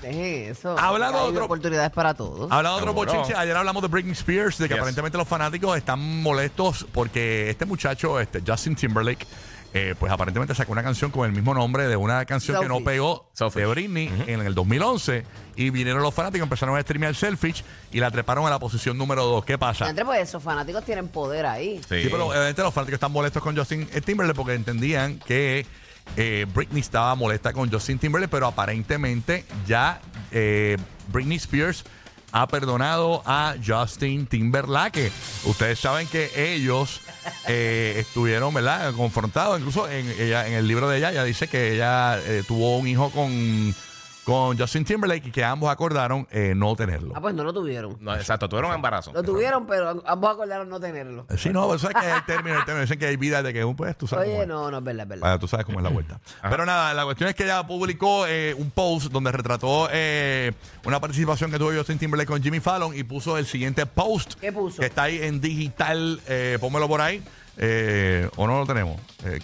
¿Qué es eso? Habla de Hay otro- oportunidades para todos. Habla de otro Seguro. bochinche. Ayer hablamos de Britney Spears, de que Yes. aparentemente los fanáticos están molestos porque este muchacho, este Justin Timberlake, eh, pues aparentemente sacó una canción con el mismo nombre de una canción que no Selfish. pegó Selfish. de Britney en el 2011. Y vinieron los fanáticos, empezaron a streamear Selfish y la treparon a la posición número 2. ¿Qué pasa? Entre pues esos fanáticos tienen poder ahí. Sí. Sí, pero eh, obviamente los fanáticos están molestos con Justin Timberlake porque entendían que eh, Britney estaba molesta con Justin Timberlake, pero aparentemente ya eh, Britney Spears ha perdonado a Justin Timberlake. Ustedes saben que ellos eh, estuvieron, ¿verdad? Confrontados. Incluso en, ella- en el libro de ella, ella dice que ella eh, tuvo un hijo con, con Justin Timberlake y que ambos acordaron eh, no tenerlo. Ah, pues no lo tuvieron. No, exacto, tuvieron embarazo. Lo tuvieron, pero ambos acordaron no tenerlo. Sí, no, pero sabes que hay términos, hay términos. Dicen que hay vida de que, pues, tú sabes. cómo Oye, es. Ah, no, no, es verdad, es verdad. Vaya, tú sabes cómo es la vuelta. Pero nada, la cuestión es que ella publicó eh, un post donde retrató eh, una participación que tuvo Justin Timberlake con Jimmy Fallon y puso el siguiente post. ¿Qué puso? Que está ahí en digital. Eh, pónmelo por ahí. Eh, o no lo tenemos. Eh,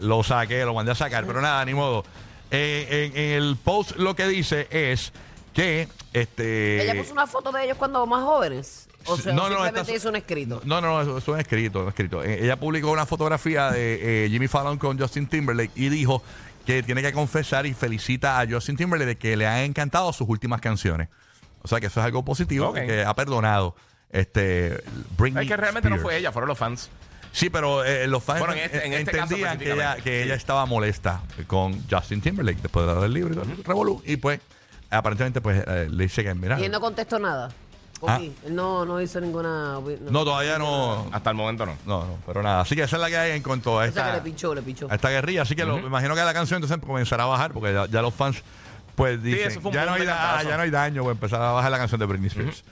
lo saqué, lo mandé a sacar. Pero nada, ni modo. Eh, en, en el post lo que dice es que. Este, Ella puso una foto de ellos cuando más jóvenes. O sea, simplemente esta- hizo un escrito. No, no, no, es un escrito, un escrito. Eh, ella publicó una fotografía de eh, Jimmy Fallon con Justin Timberlake y dijo que tiene que confesar y felicita a Justin Timberlake de que le han encantado sus últimas canciones. O sea que eso es algo positivo, Ok. que ha perdonado. Este, Britney Es que realmente no Spears. fue ella, fueron los fans. Sí, pero eh, los fans Bueno, en este- en este caso entendían que, ella, específicamente. que Sí. ella estaba molesta con Justin Timberlake después de dar el libro y todo el revolú. Y pues, aparentemente, pues eh, le dice que, mira, Y él no contestó nada. Ah. Opi, Él no, no hizo ninguna. opi- no, todavía no, Hasta el momento no. No, no, pero nada. Así que esa es la que hay en cuanto a Ah. O sea, que esta, le pinchó, le pinchó. a esta guerrilla. Así que lo- me imagino que la canción entonces comenzará a bajar porque ya, ya los fans pues dicen, eso fue un ya, no hay boom de da- cantazo". ya no hay daño, pues empezar a bajar la canción de Britney Spears.